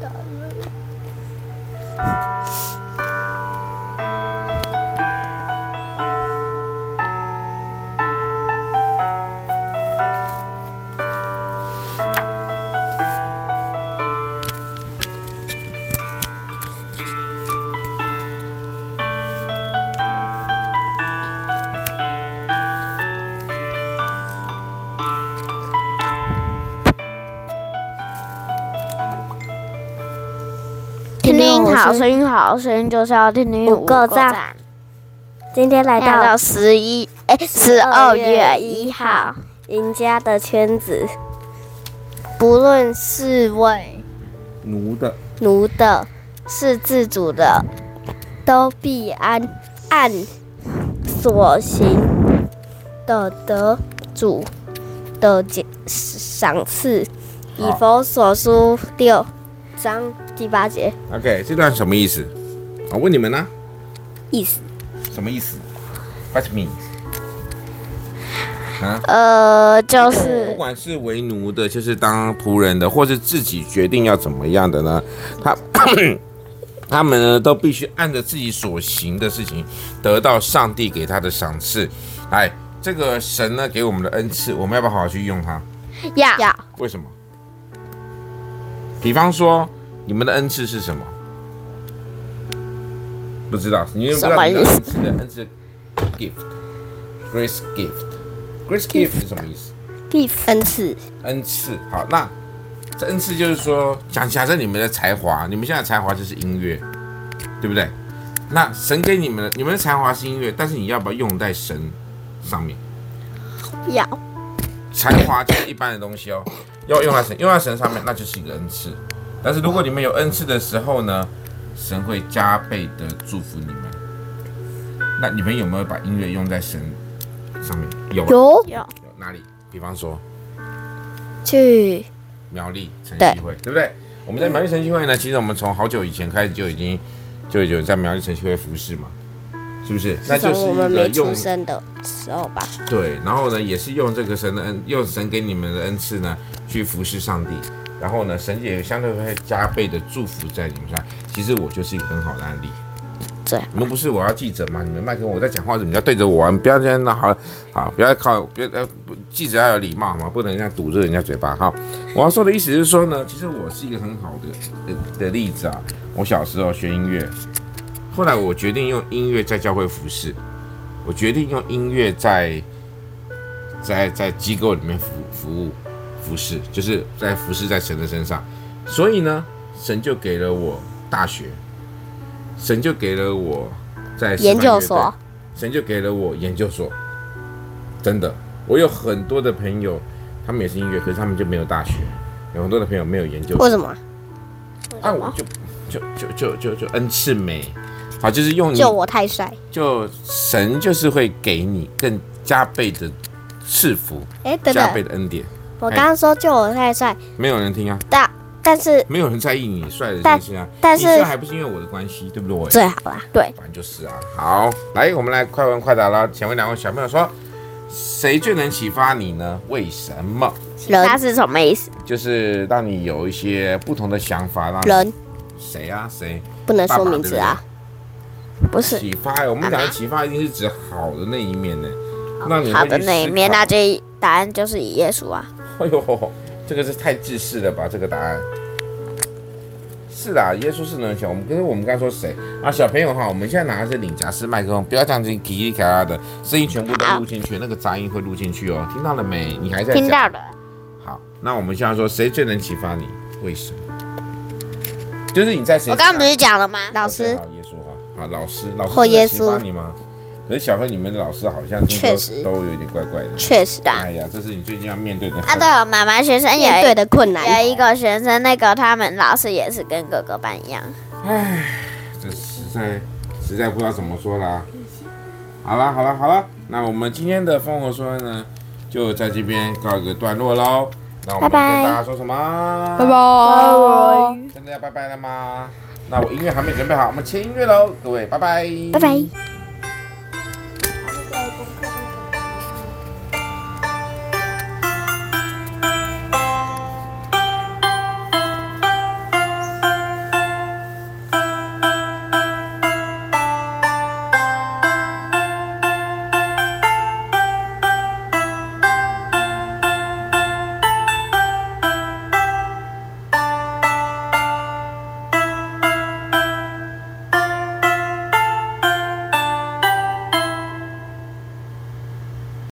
打了。听听我好是声音好，声音就是要听听五个赞。今天来来到到十一哎十二月一号，赢家的圈子，不论是为奴的奴的，是自主的，都必安按所行的得主的奖赏赐。以好佛所书六章第八节 OK，这段什么意思？我问你们呢、啊意思，什么意思？What means？啊，呃，就不是管是为奴的，就是当仆人的，或是自己决定要怎么样的呢？他 他们呢，都必须按着自己所行的事情，得到上帝给他的赏赐。哎，这个神呢给我们的恩赐，我们要不要好好去用它？要要为什么？比方说，你们的恩赐是什么？不知道，你们不知什道么你们意的思恩赐的恩赐 gift，grace gift，grace gift 是什么意思？必分赐恩赐。好，那这恩赐就是说，假假设你们的才华，你们现在的才华就是音乐，对不对？那神给你们的，你们的才华是音乐，但是你要不要用在神上面？要才华就是一般的东西哦，要用在神，用在神上面，那就是一个恩赐。但是如果你们有恩赐的时候呢，神会加倍的祝福你们。那你们有没有把音乐用在神上面？有啊有有哪里？比方说去苗栗晨对曦会，对不对？我们在苗栗晨曦会呢，其实我们从好久以前开始就已经就有在苗栗晨曦会服侍嘛，是不是？那从就是我一们个没出用生的时候吧，对，然后呢，也是用这个神的恩，用神给你们的恩赐呢，去服侍上帝。然后呢，神也相对会加倍的祝福在你们上。其实我就是一个很好的案例。对，你们不是我要记者吗？你们麦克风我在讲话，你们要对着我、啊，你不要这样那好好，不要靠，不要呃，不记者要有礼貌嘛，不能这样堵着人家嘴巴哈。我要说的意思是说呢，其实我是一个很好的的的例子啊。我小时候学音乐，后来我决定用音乐在教会服侍，我决定用音乐在在在机构里面服服务服侍，就是在服侍在神的身上。所以呢，神就给了我大学，神就给了我在师范研究乐队所，神就给了我研究所。真的，我有很多的朋友，他们也是音乐，可是他们就没有大学，有很多的朋友没有研究所。为什么？啊，我就就就就就就恩赐美，好，就是用你就我太帅。就神就是会给你更加倍的赐福，哎，等加倍等，的恩典。我哎刚刚说就我太帅，没有人听啊，但但是没有人在意你帅的这但些啊。但是你帅还不是因为我的关系，对不对？最好啦。对，反正就是啊。好，来，我们来快问快答啦。请问两位小朋友说，谁最能启发你呢？为什么？它人是什么意思？就是让你有一些不同的想法，让你人谁啊谁不能爸说爸名字啊，不是启发、我们讲的启发一定是指好的那一面呢、那你会好的去那一思面，考那就答案就是耶稣啊。 哎呦，这个是太自私了吧？这个答案是啦，耶稣是能选。我们跟我们刚才说谁啊？小朋友哈，我们现在拿的是领夹式麦克风，不要这样子叽叽咔咔的，声音全部都录进去，那个杂音会录进去哦。听到了没？你还在讲听到了，好，那我们现在说谁最能启发你？为什么？就是你在谁身上？我刚刚不是讲了吗？老 OK，师好，耶稣哈，啊，老师，老师或真的耶启发稣你吗？可是小朋友，你们的老师好像听说确实都有点怪怪的。确实啊，哎呀，这是你最近要面对的。啊，对了，妈妈学生面也对的困难有一个学生，那个他们老师也是跟哥哥班一样，这实在实在不知道怎么说啦。好啦好啦好啦，那我们今天的风和说呢，就在这边告一个段落喽。那我们跟拜拜大家说什么？拜。拜。真的要拜拜了吗？那我音乐还没准备好，我们切音乐喽，各位，拜拜。拜拜。